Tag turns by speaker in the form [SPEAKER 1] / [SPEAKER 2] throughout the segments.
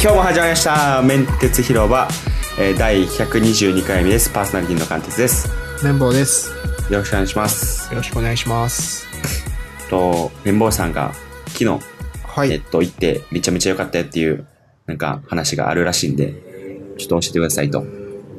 [SPEAKER 1] 今日も始まりました「メンテツ広場」えー第122回目ですパーソナリティの貫徹です
[SPEAKER 2] 綿棒です。
[SPEAKER 1] よ
[SPEAKER 2] よ
[SPEAKER 1] ろしくお願いします
[SPEAKER 2] ろしくお願いします。
[SPEAKER 1] と綿棒さんが昨日、
[SPEAKER 2] は
[SPEAKER 1] えっ
[SPEAKER 2] い。
[SPEAKER 1] と行ってめちゃめちゃ良かったよっていうなんか話があるらしいんでちょっと教えてくださいと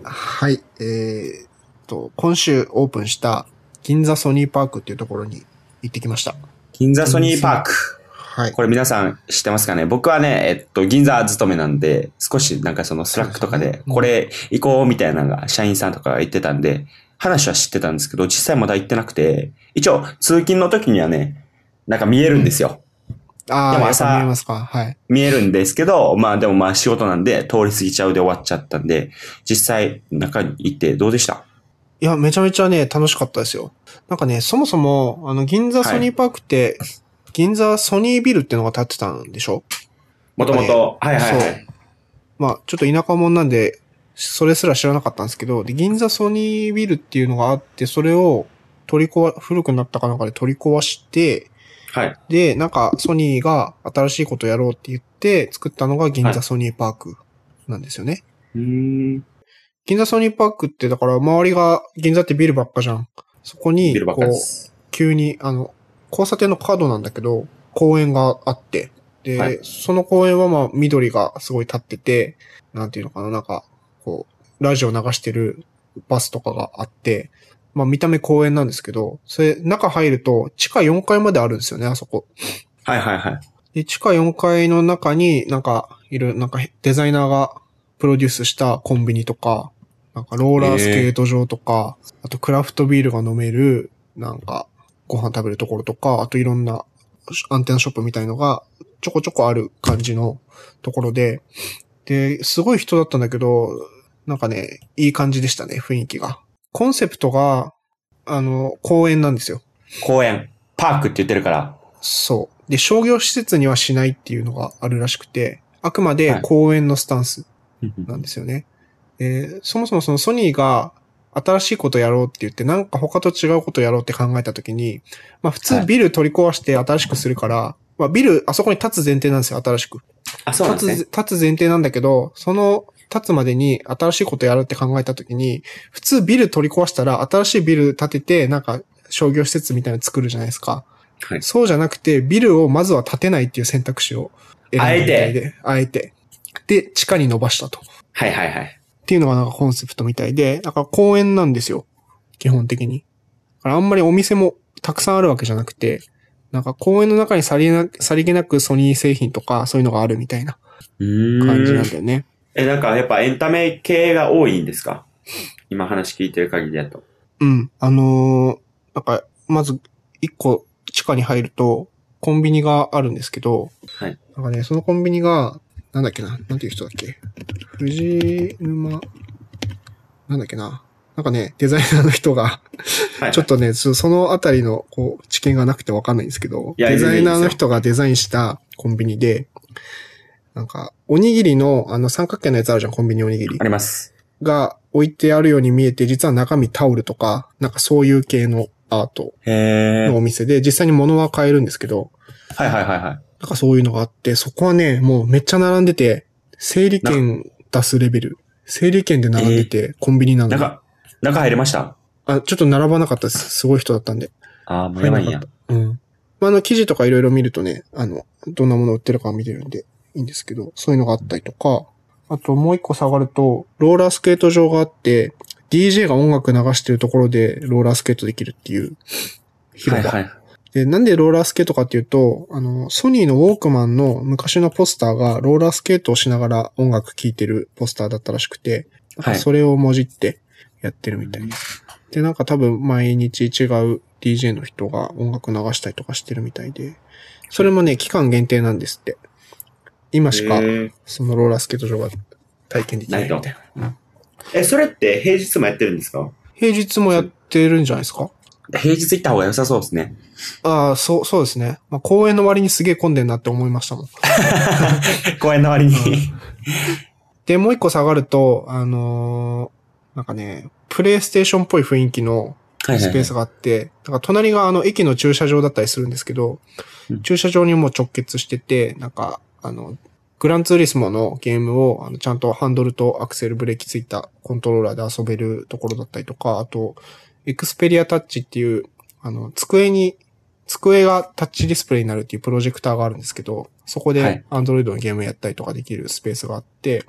[SPEAKER 2] はい。えーっと、今週オープンした銀座ソニーパークっていうところに行ってきました。
[SPEAKER 1] 銀座ソニーパーク
[SPEAKER 2] はい
[SPEAKER 1] こ。れ皆さん知ってますかね僕はね、えっと、銀座勤めなんで、少しなんかそのスラックとか
[SPEAKER 2] そう
[SPEAKER 1] で
[SPEAKER 2] です、ね
[SPEAKER 1] これ行こうみたいなのが社員さんとかが言ってたんで、話は知ってたんですけど、実際まだ行ってなくて、一応通勤の時にはね、なんか見えるんですよ。
[SPEAKER 2] あ
[SPEAKER 1] でも
[SPEAKER 2] あ、やっ
[SPEAKER 1] 朝
[SPEAKER 2] ぱ見えますかはい。
[SPEAKER 1] 見えるんですけど、まあでもまあ仕事なんで通り過ぎちゃうで終わっちゃったんで、実際中に行ってどうでした
[SPEAKER 2] いや、めちゃめちゃね、楽しかったですよ。なんかね、そもそも、あの、銀座ソニーパークって、銀座ソニービルってのが建ってたんでしょ
[SPEAKER 1] もともと、はいはいは
[SPEAKER 2] そ
[SPEAKER 1] い。
[SPEAKER 2] まあ、ちょっと田舎者なんで、それすら知らなかったんですけど、で、銀座ソニービルっていうのがあって、それを取り壊、古くなったかなんかで取り壊して、
[SPEAKER 1] はい。
[SPEAKER 2] で、なんか、ソニーが新しいことやろうって言って作ったのが銀
[SPEAKER 1] はい
[SPEAKER 2] 座ソニーパークなんですよね。
[SPEAKER 1] うーん。
[SPEAKER 2] 銀座ソニーパークって、だから周りが、銀座ってビルばっかじゃん。そこに
[SPEAKER 1] ビル、ばっ
[SPEAKER 2] こ
[SPEAKER 1] か
[SPEAKER 2] う
[SPEAKER 1] りで、す。
[SPEAKER 2] 急に、あの、交差点の角なんだけど、公園があって、で、
[SPEAKER 1] はい
[SPEAKER 2] その公園はまあ、緑がすごい立ってて、なんていうのかな、なんか、こう、ラジオ流してるバスとかがあって、まあ、見た目公園なんですけど、それ、中入ると、地下4階まであるんですよね、あそこ。
[SPEAKER 1] はいはいはい。
[SPEAKER 2] で、地下4階の中になんか、いる、なんかデザイナーがプロデュースしたコンビニとか、なんかローラースケート場とか、あとクラフトビールが飲める、なんかご飯食べるところとか、あといろんなアンテナショップみたいのがちょこちょこある感じのところで、で、すごい人だったんだけど、なんかね、いい感じでしたね、雰囲気が。コンセプトが、あの、公園なんですよ。
[SPEAKER 1] 公園、パークって言ってるから、
[SPEAKER 2] そう。で、商業施設にはしないっていうのがあるらしくて、あくま
[SPEAKER 1] は
[SPEAKER 2] で
[SPEAKER 1] い
[SPEAKER 2] 公園のスタンスなんですよね。でそもそもそのソニーが新しいことやろうって言って、なんか他と違うことやろうって考えたときに、まあ普
[SPEAKER 1] は
[SPEAKER 2] 通
[SPEAKER 1] い
[SPEAKER 2] ビル取り壊して新しくするから、まあビルあそこに立つ前提なんですよ、新しく。
[SPEAKER 1] あ、そうなんですね。
[SPEAKER 2] 立つ、立つ前提なんだけど、その立つまでに新しいことやるって考えたときに、普通ビル取り壊したら新しいビル建てて、なんか商業施設みたいなの作るじゃないですか。
[SPEAKER 1] はい
[SPEAKER 2] そうじゃなくて、ビルをまずは建てないっていう選択肢を選んだみたいで、あえて。で、地下に伸ばしたと。っ
[SPEAKER 1] はいはいはい。
[SPEAKER 2] ていうのがなんかコンセプトみたいで、だから公園なんですよ。基本的に。だからあんまりお店もたくさんあるわけじゃなくて、なんか公園の中にさりげなさりげなくソニー製品とかそういうのがあるみたいな
[SPEAKER 1] 感
[SPEAKER 2] 感じなんだよね。
[SPEAKER 1] え、なんかやっぱエンタメ系が多いんですか今話聞いてる限りだと。
[SPEAKER 2] うん。あのーなんか、まず、一個、地下に入ると、コンビニがあるんですけど、
[SPEAKER 1] はい。
[SPEAKER 2] なんかね、そのコンビニが、なんだっけな、なんていう人だっけ。藤沼、なんだっけな。なんかね、デザイナーの人が、
[SPEAKER 1] はい。
[SPEAKER 2] ちょっとね、そそのあたりの、こう、知見がなくてわかんないんですけど、
[SPEAKER 1] いや
[SPEAKER 2] デザイナ
[SPEAKER 1] 全然い
[SPEAKER 2] ー
[SPEAKER 1] いで
[SPEAKER 2] の
[SPEAKER 1] すよ
[SPEAKER 2] 人がデザインしたコンビニで、なんか、おにぎりの、あの、三角形のやつあるじゃん、コンビニおにぎり
[SPEAKER 1] あ。ります。
[SPEAKER 2] が置いてあるように見えて、実は中身タオルとか、なんかそういう系のアート
[SPEAKER 1] へ
[SPEAKER 2] の
[SPEAKER 1] ー
[SPEAKER 2] お店で、実際に物は買えるんですけど、
[SPEAKER 1] はいはいはいはい。
[SPEAKER 2] なんかそういうのがあって、そこはね、もうめっちゃ並んでて、整理券出すレベル。整理券で並んでて、コンビニなのに。
[SPEAKER 1] 中、中入れました
[SPEAKER 2] あ、ちょっと並ばなかったです。すごい人だったんで。
[SPEAKER 1] ああ、もうやばいん
[SPEAKER 2] 入
[SPEAKER 1] や
[SPEAKER 2] んな。かった。うん。まあ、あの、記事とかいろいろ見るとね、あの、どんなもの売ってるか見てるんで、いいんですけど、そういうのがあったりとか、あともう一個下がると、ローラースケート場があって、DJ が音楽流してるところでローラースケートできるっていう
[SPEAKER 1] は
[SPEAKER 2] 広
[SPEAKER 1] い
[SPEAKER 2] 場。
[SPEAKER 1] はい。
[SPEAKER 2] で、なんでローラースケートかっていうと、あの、ソニーのウォークマンの昔のポスターがローラースケートをしながら音楽聴いてるポスターだったらしくて、な
[SPEAKER 1] は
[SPEAKER 2] んか
[SPEAKER 1] い
[SPEAKER 2] それをもじってやってるみたいです。で、なんか多分毎日違う DJ の人が音楽流したりとかしてるみたいで、それもね、期間限定なんですって。今しか
[SPEAKER 1] へ、ー
[SPEAKER 2] そのローラースケート場が体験できないみたいな。
[SPEAKER 1] え、それって平日もやってるんですか
[SPEAKER 2] 平日もやってるんじゃないですか
[SPEAKER 1] 平日行った方が良さそうですね。
[SPEAKER 2] ああ、そう、そうですね。まあ、公園の割にすげえ混んでんなって思いましたもん。
[SPEAKER 1] 公園の割に。
[SPEAKER 2] で、もう一個下がると、あのーなんかね、プレイステーションっぽい雰囲気の
[SPEAKER 1] はいは
[SPEAKER 2] ス
[SPEAKER 1] いは
[SPEAKER 2] ペー
[SPEAKER 1] い。
[SPEAKER 2] スがあって、だから隣があの駅の駐車場だったりするんですけど
[SPEAKER 1] うん、
[SPEAKER 2] 駐車場にもう直結してて、なんか、あの、グランツーリスモのゲームを、あの、ちゃんとハンドルとアクセルブレーキついたコントローラーで遊べるところだったりとか、あと、エクスペリアタッチっていう、あの、机に、机がタッチディスプレイになるっていうプロジェクターがあるんですけど、そこ
[SPEAKER 1] は
[SPEAKER 2] で
[SPEAKER 1] い
[SPEAKER 2] アンドロイドのゲームやったりとかできるスペースがあって、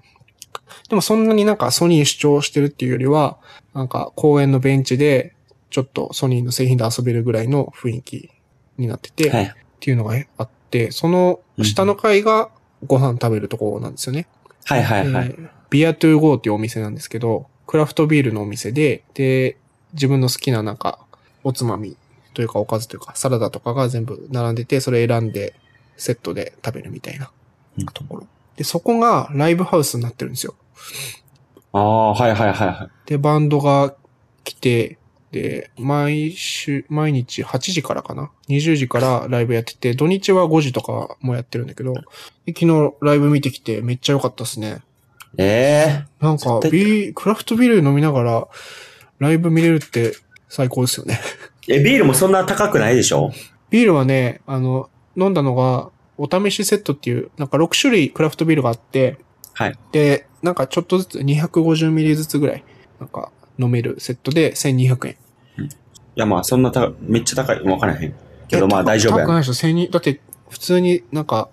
[SPEAKER 2] でもそんなになんかソニー主張してるっていうよりは、なんか公園のベンチで、ちょっとソニーの製品で遊べるぐらいの雰囲気になってて、
[SPEAKER 1] はい。
[SPEAKER 2] っていうのがあって、その下の階がご飯食べるところなんですよね。
[SPEAKER 1] はいはいはい。
[SPEAKER 2] えービアトゥーゴーっていうお店なんですけど、クラフトビールのお店で、で、自分の好きななんか、おつまみというかおかずというか、サラダとかが全部並んでて、それ選んで、セットで食べるみたいな
[SPEAKER 1] うん
[SPEAKER 2] ところ。で、そこがライブハウスになってるんですよ。
[SPEAKER 1] ああ、はいはいはいはい。
[SPEAKER 2] で、バンドが来て、で、毎週、毎日8時からかな ?20 時からライブやってて、土日は5時とかもやってるんだけど、で昨日ライブ見てきてめっちゃ良かったっすね。
[SPEAKER 1] ええ
[SPEAKER 2] なんか
[SPEAKER 1] 絶、対
[SPEAKER 2] ビー、クラフトビール飲みながらライブ見れるって最高ですよね。
[SPEAKER 1] え、ビールもそんな高くないでしょ
[SPEAKER 2] ビールはね、あの、飲んだのが、お試しセットっていう、なんか6種類クラフトビールがあって、
[SPEAKER 1] はい。
[SPEAKER 2] で、なんかちょっとずつ 250ml ずつぐらい、なんか飲めるセットで1200円。
[SPEAKER 1] いやまあそんなた、めっちゃ高い。わからへん。けどまあ大丈夫
[SPEAKER 2] 高
[SPEAKER 1] や
[SPEAKER 2] く
[SPEAKER 1] ん。
[SPEAKER 2] ないでしょ、千人。だって、普通になんか、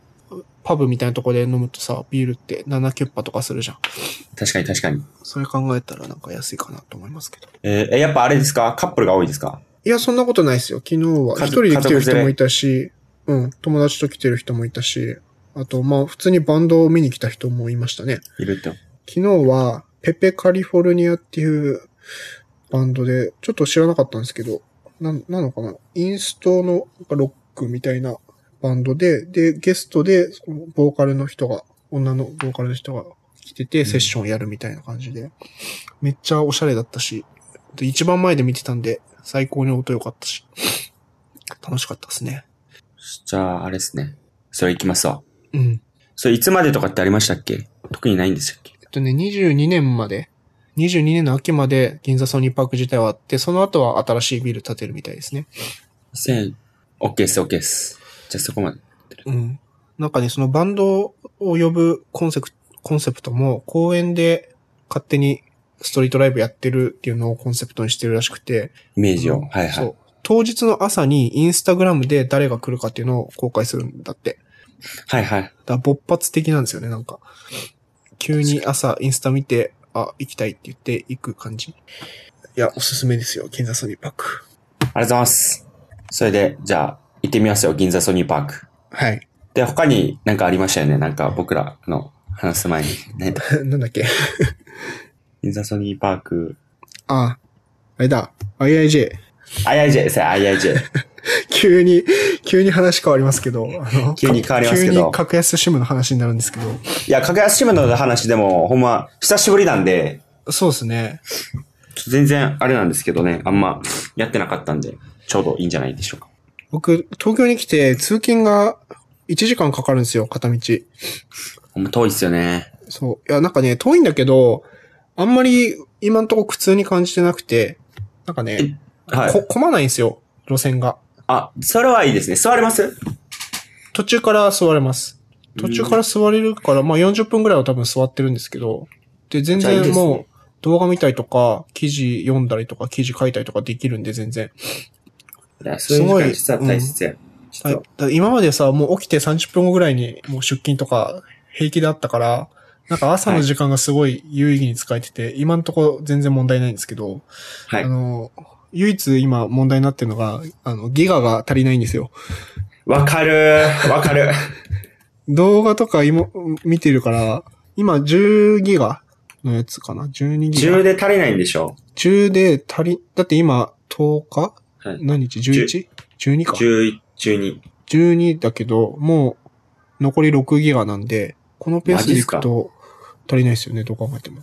[SPEAKER 2] パブみたいなとこで飲むとさ、ビールって7キュッパとかするじゃん。
[SPEAKER 1] 確かに確かに。
[SPEAKER 2] それ考えたらなんか安いかなと思いますけど。
[SPEAKER 1] えーえ、やっぱあれですかカップルが多いですか
[SPEAKER 2] いや、そんなことないですよ。昨日は
[SPEAKER 1] 家
[SPEAKER 2] 一
[SPEAKER 1] 族
[SPEAKER 2] 人で来てる人もいたし、うん、友達と来てる人もいたし、あと、まあ、普通にバンドを見に来た人もいましたね。
[SPEAKER 1] いるって。
[SPEAKER 2] 昨日は、ペペカリフォルニアっていうバンドで、ちょっと知らなかったんですけど、なん、なのかなインストのなんかロックみたいなバンドで、で、ゲストで、そのボーカルの人が、女のボーカルの人が来てて、
[SPEAKER 1] ん
[SPEAKER 2] セッションやるみたいな感じで、めっちゃおしゃれだったし、で一番前で見てたんで、最高に音良かったし、楽しかったですね。
[SPEAKER 1] じゃあ、あれですね。それ行きますわ。
[SPEAKER 2] うん。
[SPEAKER 1] それいつまでとかってありましたっけ特にないんでしたっけ
[SPEAKER 2] えっとね、22年まで、22年の秋まで銀座ソニーパーク自体はあって、その後は新しいビル建てるみたいですね。
[SPEAKER 1] 千オッケーです、オッケーです。じゃあそこまで。
[SPEAKER 2] うん。なんかね、そのバンドを呼ぶコンセプト、コンセプトも公園で勝手にストリートライブやってるっていうのをコンセプトにしてるらしくて、
[SPEAKER 1] イメージ
[SPEAKER 2] う
[SPEAKER 1] を。
[SPEAKER 2] ん
[SPEAKER 1] はいは
[SPEAKER 2] そ
[SPEAKER 1] い。
[SPEAKER 2] う。当日の朝にインスタグラムで誰が来るかっていうのを公開するんだって。
[SPEAKER 1] はいはい。
[SPEAKER 2] だから勃発的なんですよね、なんか。急に朝インスタ見て、あ、行きたいって言って行く感じ。いや、おすすめですよ、銀座ソニーパーク。
[SPEAKER 1] ありがとうございます。それで、じゃあ、行ってみますよ、銀座ソニーパーク。
[SPEAKER 2] はい。
[SPEAKER 1] で、他になんかありましたよね。なんか僕らの話す前に。 ね、
[SPEAKER 2] なんだっけ。
[SPEAKER 1] 銀座ソニーパーク。
[SPEAKER 2] あ、あれだ、IIJ。
[SPEAKER 1] IIJ、そうや IIJ。
[SPEAKER 2] 急に、急に話変わりますけど、あの
[SPEAKER 1] 急に変わりますけど
[SPEAKER 2] 急に格安シムの話になるんですけど。
[SPEAKER 1] いや、格安シムの話でも、ほんま、久しぶりなんで、
[SPEAKER 2] そうですね。
[SPEAKER 1] ちょっと全然あれなんですけどね、あんまやってなかったんで、ちょうどいいんじゃないでしょうか。
[SPEAKER 2] 僕、東京に来て通勤が1時間かかるんですよ、片道。
[SPEAKER 1] ほんま遠いっすよね。
[SPEAKER 2] そう。いや、なんかね、遠いんだけど、あんまり今んとこ苦痛に感じてなくて、なんかね、
[SPEAKER 1] はい。
[SPEAKER 2] こ、混まないんですよ、路線が。
[SPEAKER 1] あ、それはいいですね。座れます
[SPEAKER 2] 途中から座れます。途中から座れるから、まあ40分ぐらいは多分座ってるんですけど、で、全
[SPEAKER 1] じゃあいい
[SPEAKER 2] 然
[SPEAKER 1] ですね
[SPEAKER 2] もう動画見たりとか、記事読んだりとか、記事書いたりとかできるんで全然。
[SPEAKER 1] いやそういう時間実は大切や。実
[SPEAKER 2] はい
[SPEAKER 1] は
[SPEAKER 2] だから今までさ、もう起きて30分後ぐらいにもう出勤とか平気であったから、なんか朝の時間がすごい有意義に使えてて、今んとこ全然問題ないんですけど、
[SPEAKER 1] はい
[SPEAKER 2] あの、唯一今問題になってるのが、あの、ギガが足りないんですよ。
[SPEAKER 1] わかるわかる。
[SPEAKER 2] 動画とか今、見てるから、今10ギガのやつかな ?12 ギガ。
[SPEAKER 1] 10で足りないんでしょ
[SPEAKER 2] 10で足り、だって今10日
[SPEAKER 1] はい
[SPEAKER 2] 何日 ?11?12 か。
[SPEAKER 1] ?11、12。
[SPEAKER 2] 12だけど、もう残り6ギガなんで、このペースでいくと足りないですよね、どう考えても。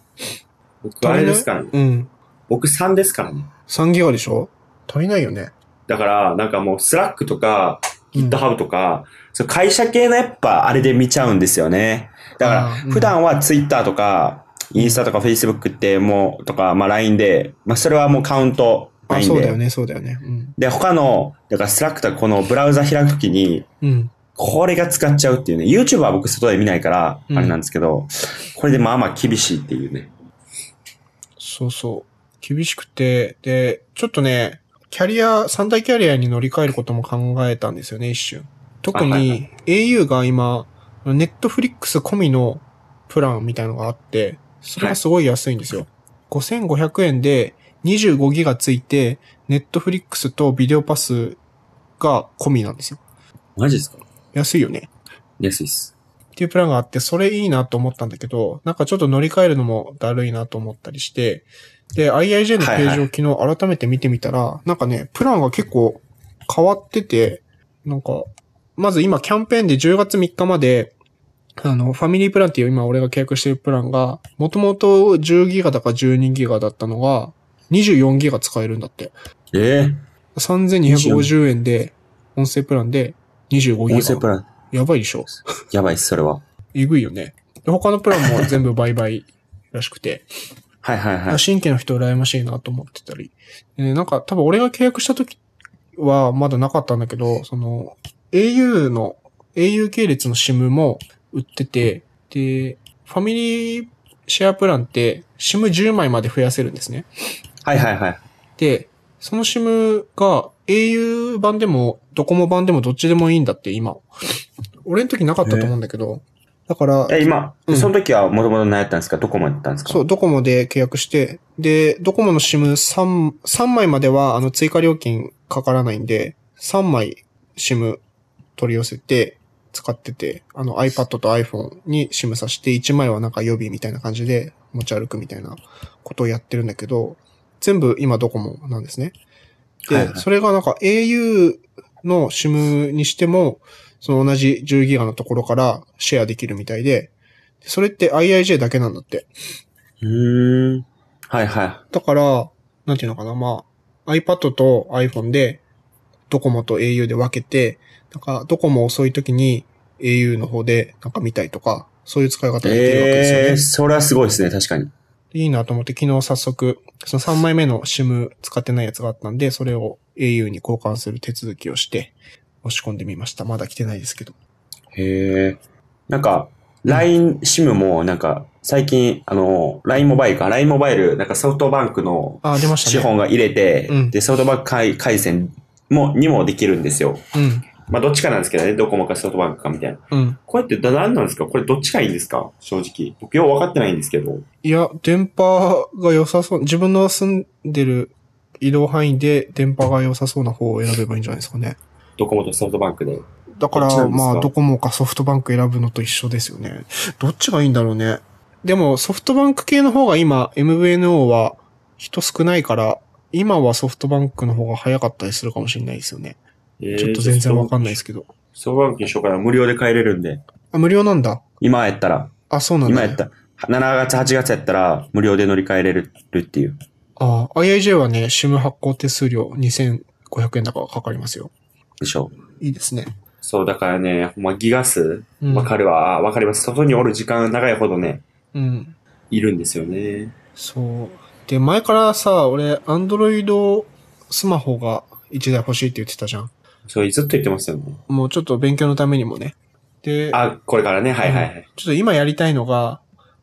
[SPEAKER 1] 僕、あれですからね。
[SPEAKER 2] うん。
[SPEAKER 1] 僕3ですからね。
[SPEAKER 2] 3ギガでしょ足りないよね。
[SPEAKER 1] だから、なんかもう、スラックとか、
[SPEAKER 2] うん
[SPEAKER 1] GitHub とか、そう会社系のやっぱあれで見ちゃうんですよね。だから
[SPEAKER 2] あーうん
[SPEAKER 1] 普段は Twitter とか、インスタとか Facebook ってもう、とか、まあ LINE で、まあそれはもうカウントな
[SPEAKER 2] あ、
[SPEAKER 1] いん
[SPEAKER 2] そう
[SPEAKER 1] で。
[SPEAKER 2] だよね、そうだよね。うん。
[SPEAKER 1] で、他の、だから Slack とかこのブラウザ開くときに、
[SPEAKER 2] うん。
[SPEAKER 1] これが使っちゃうっていうね。YouTube は僕外で見ないから、
[SPEAKER 2] うん
[SPEAKER 1] あれなんですけど、これでまあまあ厳しいっていうね。
[SPEAKER 2] そうそう。厳しくて、で、ちょっとね、キャリア、三大キャリアに乗り換えることも考えたんですよね、一瞬。特
[SPEAKER 1] はいはいは
[SPEAKER 2] に、au が今、ネットフリックス込みのプランみたいのがあって、それがすごい安いんですよ。5500円で25ギガついて、ネットフリックスとビデオパスが込みなんですよ。
[SPEAKER 1] マジですか
[SPEAKER 2] 安いよね。
[SPEAKER 1] 安いっす。
[SPEAKER 2] っていうプランがあって、それいいなと思ったんだけど、なんかちょっと乗り換えるのもだるいなと思ったりして、で、IIJ のペ
[SPEAKER 1] はいはい
[SPEAKER 2] ージを昨日改めて見てみたら、なんかね、プランが結構変わってて、なんか、まず今キャンペーンで10月3日まで、あの、ファミリープランっていう今俺が契約してるプランが、もともと10ギガだか12ギガだったのが、24ギガ使えるんだって。
[SPEAKER 1] え
[SPEAKER 2] 3250円で、音声プランで25
[SPEAKER 1] え音声
[SPEAKER 2] ギ
[SPEAKER 1] プ
[SPEAKER 2] ガ。
[SPEAKER 1] ラン、
[SPEAKER 2] やばいでしょ
[SPEAKER 1] やばいっす、それは。
[SPEAKER 2] えぐいよね。で他のプランも全部売買らしくて、
[SPEAKER 1] はい はいはい。
[SPEAKER 2] 新規の人羨ましいなと思ってたり。でなんか多分俺が契約した時はまだなかったんだけど、その au の、au 系列の SIM も売ってて、で、ファミリーシェアプランって SIM10 枚まで増やせるんですね。
[SPEAKER 1] はいはいはい。
[SPEAKER 2] で、その SIM が au 版でもドコモ版でもどっちでもいいんだって今。俺の時なかったと思うんだけど、だから、
[SPEAKER 1] え、今、
[SPEAKER 2] うん
[SPEAKER 1] その時はもともと何やったんですかどこまでやったんですか
[SPEAKER 2] そう、ドコモで契約して、で、ドコモの SIM3、三枚までは、あの、追加料金かからないんで、3枚 SIM 取り寄せて、使ってて、あの iPad と iPhone に SIM さして、1枚はなんか予備みたいな感じで持ち歩くみたいなことをやってるんだけど、全部今ドコモなんですね。で、
[SPEAKER 1] はいはい
[SPEAKER 2] それがなんか au の SIM にしても、その同じ10ギガのところからシェアできるみたいで、それって IIJ だけなんだって。
[SPEAKER 1] うーん。はいは
[SPEAKER 2] だから、なんていうのかな、まあ、iPad と iPhone で、ドコモと au で分けて、なんか、ドコモ遅い時に au の方でなんか見たりとか、そういう使い方が
[SPEAKER 1] い。
[SPEAKER 2] できるわけですよね。
[SPEAKER 1] えー、それはすごいですね、確かに。
[SPEAKER 2] いいなと思って、昨日早速、その3枚目の SIM 使ってないやつがあったんで、それを au に交換する手続きをして、押し込んでみました。まだ来てないですけど。
[SPEAKER 1] へえ。なんか、LINE SIM も、なんか、最近、あの、LINE モバイルか、LINE モバイル、なんかソフトバンクの
[SPEAKER 2] あ、出ました
[SPEAKER 1] 資
[SPEAKER 2] ね。
[SPEAKER 1] 本が入れて、
[SPEAKER 2] うん
[SPEAKER 1] で、ソフトバンク回回線も、にもできるんですよ。まあ、どっちかなんですけどね、ドコモかソフトバンクかみたいな。
[SPEAKER 2] うん。うん。
[SPEAKER 1] これってだ何なんですかこれどっちがいいんですか正直。僕よう分かってないんですけど。
[SPEAKER 2] いや、電波が良さそう。自分の住んでる移動範囲で電波が良さそうな方を選べばいいんじゃないですかね。
[SPEAKER 1] ドコモとソフトバンクで。
[SPEAKER 2] だか
[SPEAKER 1] どっちな
[SPEAKER 2] ら、
[SPEAKER 1] んですか。
[SPEAKER 2] まあ、ドコモかソフトバンク選ぶのと一緒ですよね。どっちがいいんだろうね。でも、ソフトバンク系の方が今、MVNO は人少ないから、今はソフトバンクの方が早かったりするかもしれないですよね。ちょっと全然わかんないですすけど。
[SPEAKER 1] ソフトバンクにしようかな。無料で帰れるんで。
[SPEAKER 2] あ、無料なんだ。
[SPEAKER 1] 今やったら、
[SPEAKER 2] あ、そうなんだ、
[SPEAKER 1] 今やったら、7月、8月やったら、無料で乗り換えれるっていう。
[SPEAKER 2] あ IIJ はね、SIM 発行手数料2500円だからかかりますよ。
[SPEAKER 1] でしょ
[SPEAKER 2] いいですね。
[SPEAKER 1] そう、だからね、ほんまギガ数
[SPEAKER 2] うん
[SPEAKER 1] わかるわ。わかります。外におる時間長いほどね、
[SPEAKER 2] うん。
[SPEAKER 1] いるんですよね。
[SPEAKER 2] そう。で、前からさ、俺、アンドロイドスマホが一台欲しいって言ってたじゃん。
[SPEAKER 1] それずっと言ってますよね。
[SPEAKER 2] もうちょっと勉強のためにもね。で、
[SPEAKER 1] あ、これからね、はいはいはい。
[SPEAKER 2] ちょっと今やりたいのが、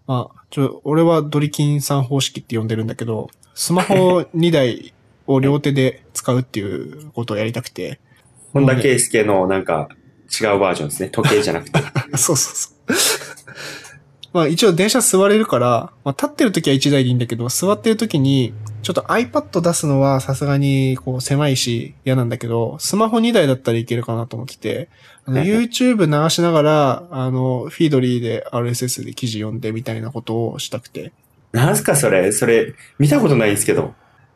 [SPEAKER 2] まあ、ちょ、俺はドリキンさん方式って呼んでるんだけど、スマホ2台を両手で使うっていうことをやりたくて。
[SPEAKER 1] 本田圭佑のなんか、違うバージョンですね。時計じゃなくて。
[SPEAKER 2] そうそうそう。まあ一応電車座れるから、まあ立ってる時は1台でいいんだけど、座ってる時に、ちょっと iPad 出すのはさすがにこう狭いし嫌なんだけど、スマホ2台だったらいけるかなと思ってて、あの
[SPEAKER 1] はいはい
[SPEAKER 2] YouTube 流しながら、あの、フィードリーで RSS で記事読んでみたいなことをしたくて。
[SPEAKER 1] なんすかそれそれ、見たことないんですけど。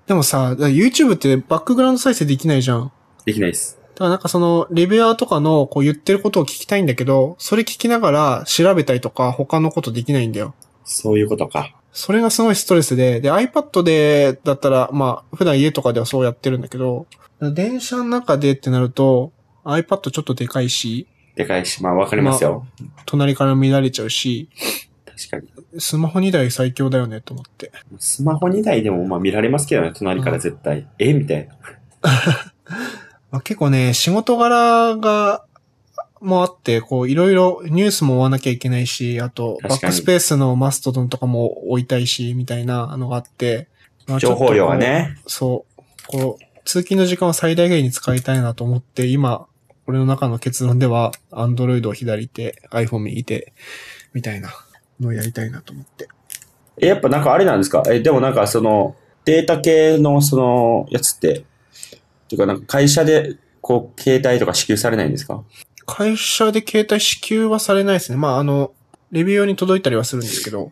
[SPEAKER 2] でもさ、だから YouTube ってバックグラウンド再生できないじゃん。
[SPEAKER 1] できないです。
[SPEAKER 2] だからなんかその、レビュアーとかのこう言ってることを聞きたいんだけど、それ聞きながら調べたりとか他のことできないんだよ。
[SPEAKER 1] そういうことか。
[SPEAKER 2] それがすごいストレスで、で、iPad で、だったら、まあ、普段家とかではそうやってるんだけど、電車の中でってなると、iPad ちょっとでかいし、
[SPEAKER 1] でかいし、まあわかりますよ。
[SPEAKER 2] 隣から見られちゃうし、
[SPEAKER 1] 確かに。
[SPEAKER 2] スマホ2台最強だよね、と思って。
[SPEAKER 1] スマホ2台でもまあ見られますけどね、隣から絶対。えみたいな。
[SPEAKER 2] まあ、結構ね、仕事柄がもあって、こう、いろいろニュースも追わなきゃいけないし、あと、バ
[SPEAKER 1] 確
[SPEAKER 2] ッ
[SPEAKER 1] か
[SPEAKER 2] ク
[SPEAKER 1] に
[SPEAKER 2] スペースのマストドンとかも置いたいし、みたいなのがあって、まあ
[SPEAKER 1] 情報量は。ね。
[SPEAKER 2] ちょっとこうそう。こう、通勤の時間を最大限に使いたいなと思って、今、俺の中の結論では、アンドロイドを左手、iPhone 右手、みたいなのをやりたいなと思って。
[SPEAKER 1] えやっぱなんかあれなんですかえ、でもなんかその、データ系のその、やつって、っていうかなんか会社で、こう、携帯とか支給されないんですか
[SPEAKER 2] 会社で携帯支給はされないですね。まあ、あの、レビュー用に届いたりはするんですけど、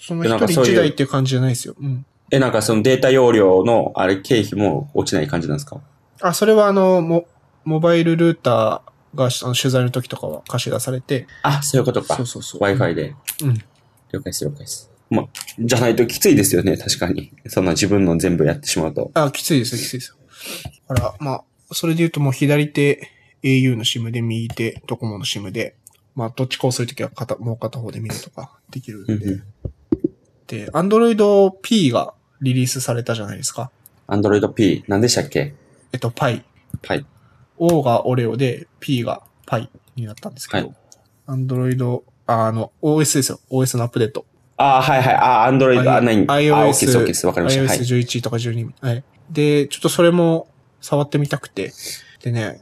[SPEAKER 2] その一
[SPEAKER 1] なんかそ
[SPEAKER 2] 人
[SPEAKER 1] ういう
[SPEAKER 2] 一台っていう感じじゃないですよ。うん。
[SPEAKER 1] え、なんかそのデータ容量の、あれ、経費も落ちない感じなんですか
[SPEAKER 2] あ、それはあの、モモバイルルーターがあの取材の時とかは貸し出されて、
[SPEAKER 1] あ、そういうことか。
[SPEAKER 2] そうそうそう。
[SPEAKER 1] Wi-Fi で。
[SPEAKER 2] うん。
[SPEAKER 1] 了解です、了解です。まあ、じゃないときついですよね、確かに。そんな自分の全部やってしまうと。
[SPEAKER 2] あ、きついですよ、きついですよ。だから、まあ、それで言うともう左手 au の SIM で右手ドコモの SIM で、まあ、どっちかをするときは片、もう片方で見るとかできるん
[SPEAKER 1] うんう
[SPEAKER 2] で。で、Android P がリリースされたじゃないですか。
[SPEAKER 1] Android P、何でしたっけ
[SPEAKER 2] えっと、Pi。
[SPEAKER 1] はい。
[SPEAKER 2] O がオレオで、P がパイになったんですけ
[SPEAKER 1] は
[SPEAKER 2] ど、アンドロイド、ああの、OS ですよ。OS のアップデート。
[SPEAKER 1] あー、はいはい。あー、Android、あ、ない。あ、OK です、OK で
[SPEAKER 2] iOS、
[SPEAKER 1] す。わかりました。はい。
[SPEAKER 2] iOS11 とか12、はい。で、ちょっとそれも触ってみたくて。でね、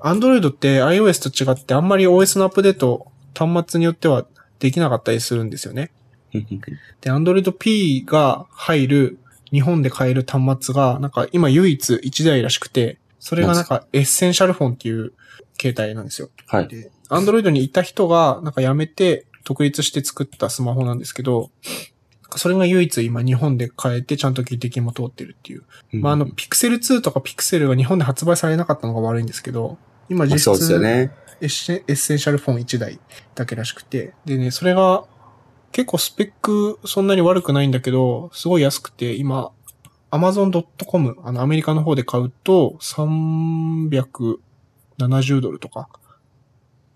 [SPEAKER 2] アンドロイドって iOS と違ってあんまり OS のアップデート端末によってはできなかったりするんですよね。で、Android P が入る、日本で買える端末が、なんか今唯一1台らしくて、それがなんかエッセンシャルフォンっていう携帯なんですよ。
[SPEAKER 1] はい。
[SPEAKER 2] で、アンドロイドにいた人が、なんか辞めて、独立して作ったスマホなんですけど、なんかそれが唯一今日本で変えてちゃんと技的も通ってるっていう。まあ、あの、ピクセル2とかピクセルが日本で発売されなかったのが悪いんですけど、今
[SPEAKER 1] まあ
[SPEAKER 2] 実質、
[SPEAKER 1] そうですよね。
[SPEAKER 2] エッセエッセンシャルフォン1台だけらしくて。でね、それが結構スペックそんなに悪くないんだけど、すごい安くて、今、amazon.com、あの、アメリカの方で買うと、370ドルとか、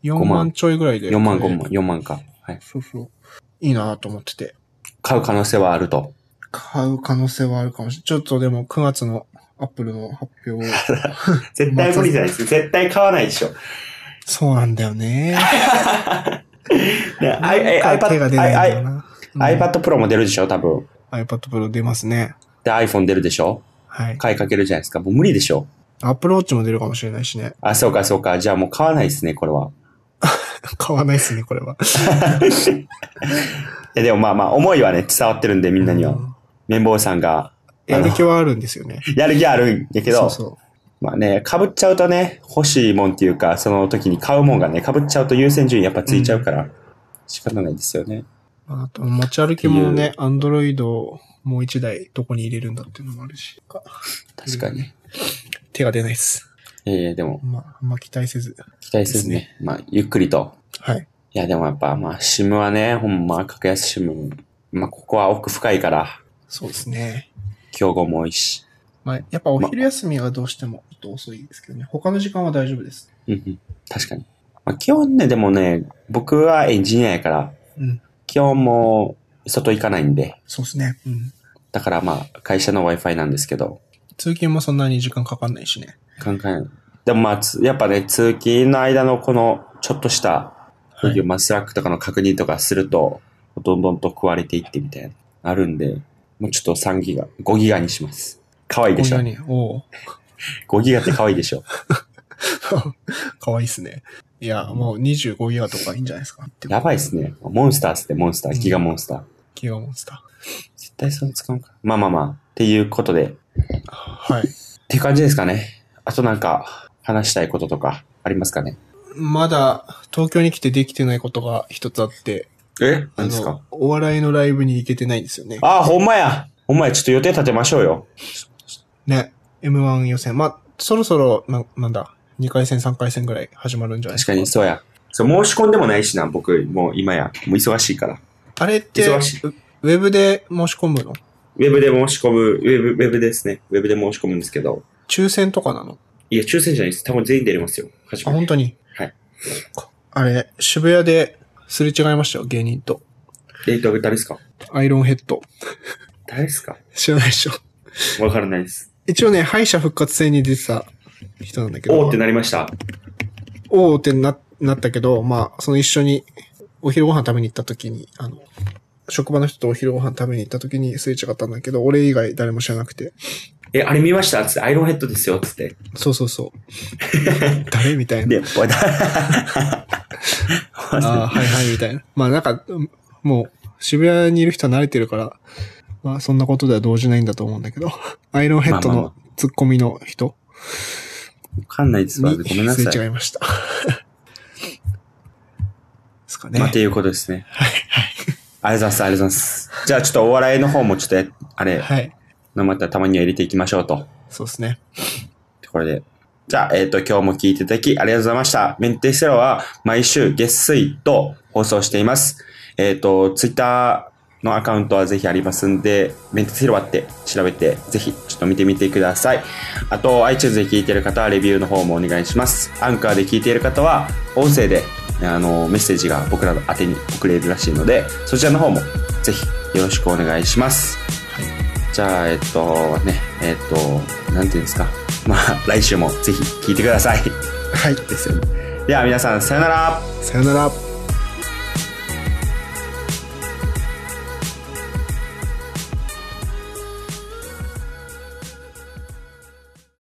[SPEAKER 2] 4万ちょいぐらいで。
[SPEAKER 1] 4万、5万、4万か。はい。
[SPEAKER 2] そうそう。いいなと思ってて。
[SPEAKER 1] 買う可能性はあると。
[SPEAKER 2] 買う可能性はあるかもしれない。ちょっとでも9月のアップルの発表を。
[SPEAKER 1] 絶対無理じゃないですか。絶対買わないでしょ。
[SPEAKER 2] そうなんだ よね。
[SPEAKER 1] ね、I- え
[SPEAKER 2] なんか手が
[SPEAKER 1] iPad
[SPEAKER 2] 出ないんだ
[SPEAKER 1] I-
[SPEAKER 2] よな。
[SPEAKER 1] I- iPad Pro も出るでしょ、多分。
[SPEAKER 2] うん iPad Pro 出ますね。
[SPEAKER 1] で、iPhone 出るでしょ。
[SPEAKER 2] はい。
[SPEAKER 1] 買いかけるじゃないですか。もう無理でしょ。
[SPEAKER 2] アップローチも出るかもしれないしね。
[SPEAKER 1] あ、そうか、そうか。じゃあもう買わないですね、これは。
[SPEAKER 2] 買わないですね、こ れは。
[SPEAKER 1] いや、でもまあまあ、思いはね、伝わってるんで、みんなには。
[SPEAKER 2] うん
[SPEAKER 1] 綿棒さんが、
[SPEAKER 2] やる気はあるんですよね。
[SPEAKER 1] やる気あるんやけど、
[SPEAKER 2] そうそ
[SPEAKER 1] まあね、被っちゃうとね、欲しいもんっていうか、その時に買うもんがね、被っちゃうと優先順位やっぱついちゃうから、仕方ないですよね。
[SPEAKER 2] う。まああと、街歩きもね、アンドロイドをもう一台どこに入れるんだっていうのもあるし。
[SPEAKER 1] 確かに。
[SPEAKER 2] 手が出ないです。
[SPEAKER 1] えー、でも、
[SPEAKER 2] まあ、あんま期待せず。
[SPEAKER 1] 期待せずね、まあ、ゆっくりと。
[SPEAKER 2] はい。
[SPEAKER 1] いや、でもやっぱ、まあ、シムはね、ほんま、格安シム、まあ、ここは奥深いから、
[SPEAKER 2] そうですね。
[SPEAKER 1] 競合も多いし。
[SPEAKER 2] まあ、やっぱお昼休みはどうしてもちょっと遅いですけどね。他の時間は大丈夫です。
[SPEAKER 1] うんうん、確かに。まあ、基本ね、でもね、僕はエンジニアやから、
[SPEAKER 2] うん。
[SPEAKER 1] 基本もう外行かないんで、
[SPEAKER 2] そうですね。うん。
[SPEAKER 1] だからまあ、会社の Wi-Fi なんですけど、
[SPEAKER 2] 通勤もそんなに時間かかんないしね。
[SPEAKER 1] 考えない。でもまあ、つやっぱね、通勤の間のこの、ちょっとした、
[SPEAKER 2] はい
[SPEAKER 1] まあ、スラックとかの確認とかすると、どんどんと食われていってみたいな、あるんで、もうちょっと3ギガ、5ギガにします。可愛いでしょ
[SPEAKER 2] こん。なに。おう
[SPEAKER 1] 5ギガって可愛いでしょ。
[SPEAKER 2] かわいいっすね。いや、もう25ギガとかいいんじゃないですか。
[SPEAKER 1] やばいっすね。モンスターっすね、モンスター。
[SPEAKER 2] うん
[SPEAKER 1] ギガモンスター。
[SPEAKER 2] ギガモンスタ
[SPEAKER 1] 絶対それ使うから。まあまあまあ、っていうことで、っ
[SPEAKER 2] ー。はい。
[SPEAKER 1] ていう感じですかね。あとなんか、話したいこととか、ありますかね。
[SPEAKER 2] まだ東京に来てできてないことが一つあって、
[SPEAKER 1] え
[SPEAKER 2] あ
[SPEAKER 1] 何ですか
[SPEAKER 2] の、お笑いのライブに行けてないんですよね。
[SPEAKER 1] あほんまや。ほんまや、ちょっと予定立てましょうよ。
[SPEAKER 2] ね。M1 予選。まあ、そろそろ、な、なんだ、2回戦、3回戦ぐらい始まるんじゃない
[SPEAKER 1] 確
[SPEAKER 2] ですか。
[SPEAKER 1] かに、そうや。そう、申し込んでもないしな、僕、もう今や。もう忙しいから。
[SPEAKER 2] あれって、
[SPEAKER 1] 忙しい
[SPEAKER 2] ウウェブで申し込むの
[SPEAKER 1] ウェブで申し込む、ウェブ、ウェブですね。ウェブで申し込むんですけど。
[SPEAKER 2] 抽選とかなの
[SPEAKER 1] いや、抽選じゃないです。多分全員出れますよ。
[SPEAKER 2] あ、本当に。
[SPEAKER 1] はい。
[SPEAKER 2] あれ、渋谷ですれ違いましたよ、芸人と。
[SPEAKER 1] レート誰ですか
[SPEAKER 2] アイロンヘッド。
[SPEAKER 1] 誰ですか
[SPEAKER 2] 知らないでしょ。
[SPEAKER 1] わからないです。
[SPEAKER 2] 一応ね、敗者復活戦に出てた人なんだけど。
[SPEAKER 1] おーってなりました。
[SPEAKER 2] おーってな、なったけど、まあ、その一緒にお昼ご飯食べに行った時に、あの、職場の人とお昼ご飯食べに行った時にすれ違ったんだけど、俺以外誰も知らなくて。
[SPEAKER 3] え、あれ見ましたつって、アイロンヘッドですよ、つって。
[SPEAKER 2] そうそう そう。誰みたいな。
[SPEAKER 1] で、わだマジで
[SPEAKER 2] ああ、はいはい、みたいな。まあなんか、うんもう、渋谷にいる人は慣れてるから、まあそんなことでは動じないんだと思うんだけど、 アイロンヘッド
[SPEAKER 1] まあまあ
[SPEAKER 2] のツッコミの人
[SPEAKER 1] わかんないですわ。
[SPEAKER 2] に
[SPEAKER 1] ごめんなさ
[SPEAKER 2] すれ
[SPEAKER 1] い。
[SPEAKER 2] 違いました。 ですかね。
[SPEAKER 1] まあ、っていうことですね。はい。ありがとうございます、ありがとうございます。じゃあ、ちょっとお笑いの方もちょっとや、あれ、
[SPEAKER 2] はい。
[SPEAKER 1] のまたたまには入れていきましょうと。
[SPEAKER 2] そうですね。
[SPEAKER 1] ところで。じゃあ、えっ、と、今日も聞いていただきありがとうございました。メンテセロは毎週月水と放送しています。えっ、と、ツイッターのアカウントはぜひありますんで、メンテセロはって調べて、ぜひちょっと見てみてください。あと、iTunes で聞いている方はレビューの方もお願いします。アンカーで聞いている方は、音声で、あの、メッセージが僕らの宛てに送れるらしいので、そちらの方もぜひよろしくお願いします。じゃあ、えっと、ね、えっと、なんていうんですか。まあ、来週もぜひ聞いてください。
[SPEAKER 2] はい。
[SPEAKER 1] ですよね。では皆さん、さよなら
[SPEAKER 2] さよなら。